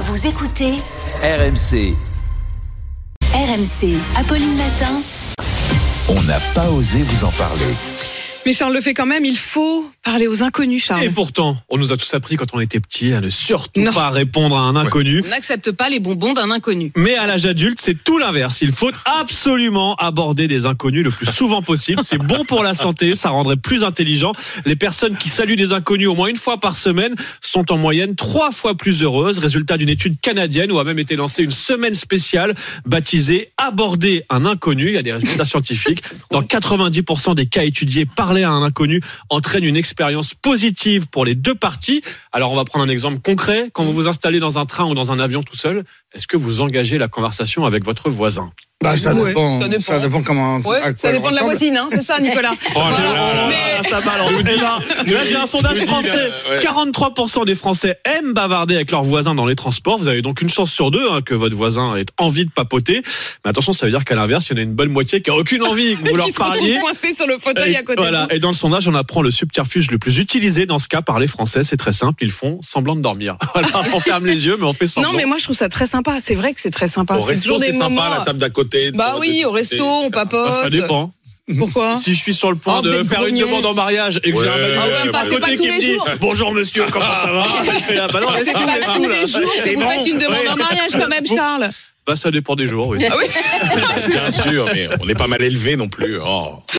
Vous écoutez RMC, RMC. Apolline Matin. on n'a pas osé vous en parler. Mais Charles le fait quand même, il faut parler aux inconnus, Et Charles. pourtant, on nous a tous appris quand on était petit à ne surtout Ah Non. pas répondre à un inconnu. On n'accepte pas les bonbons d'un inconnu. Mais à l'âge adulte, c'est tout l'inverse. Il faut absolument aborder des inconnus le plus souvent possible. C'est bon pour la santé, ça rendrait plus intelligent. Les personnes qui saluent des inconnus au moins une fois par semaine sont en moyenne trois fois plus heureuses. Résultat d'une étude canadienne où a même été lancée une semaine spéciale baptisée Aborder un inconnu. Il y a des résultats scientifiques. Dans 90% des cas étudiés, parler à un inconnu entraîne une expérience positive pour les deux parties. Alors on va prendre un exemple concret. Quand vous vous installez dans un train ou dans un avion tout seul, est-ce que vous engagez la conversation avec votre voisin Bah, ça, Ouais, dépend, ça dépend. ça dépend comment. Ouais, Ah, à quoi ça elle dépend de la ressemble. voisine, hein, c'est ça, Nicolas. Oh Voilà. Mais Ah, ça balance. Et là, là, j'ai un sondage français. 43% des Français aiment bavarder avec leurs voisins dans les transports. Vous avez donc une chance sur deux hein, que votre voisin ait envie de papoter. Mais attention, ça veut dire qu'à l'inverse, il y en a une bonne moitié qui a aucune envie que vous leur qui se retrouve parliez. coincé sur le fauteuil à côté. Voilà. de Et dans le sondage, on apprend le subterfuge le plus utilisé dans ce cas par les Français. C'est très simple. Ils font semblant de dormir. Voilà, on ferme les yeux, mais on fait vous. semblant. Non, mais moi je trouve ça très sympa. C'est vrai que c'est très sympa. Au C'est toujours resto, des c'est moments. sympa, la table d'à côté. Bah de- oui, de au discuter. resto, on papote. Ah, ça dépend. Pourquoi Si je suis sur le point Oh, de vous êtes faire une grognon. demande en mariage et que j'ai un Ouais. mec Ah ouais, qui est bah, à c'est pas côté tous qui les me dit jours. bonjour monsieur comment ça va Je fais là, bah non, C'est c'est pas tous les tous jours, là. les jours si C'est vous bon. faites une demande en mariage quand même, Charles. Bah ça dépend des jours oui. Ah oui Bien sûr, mais on n'est pas mal élevé non plus. Oh.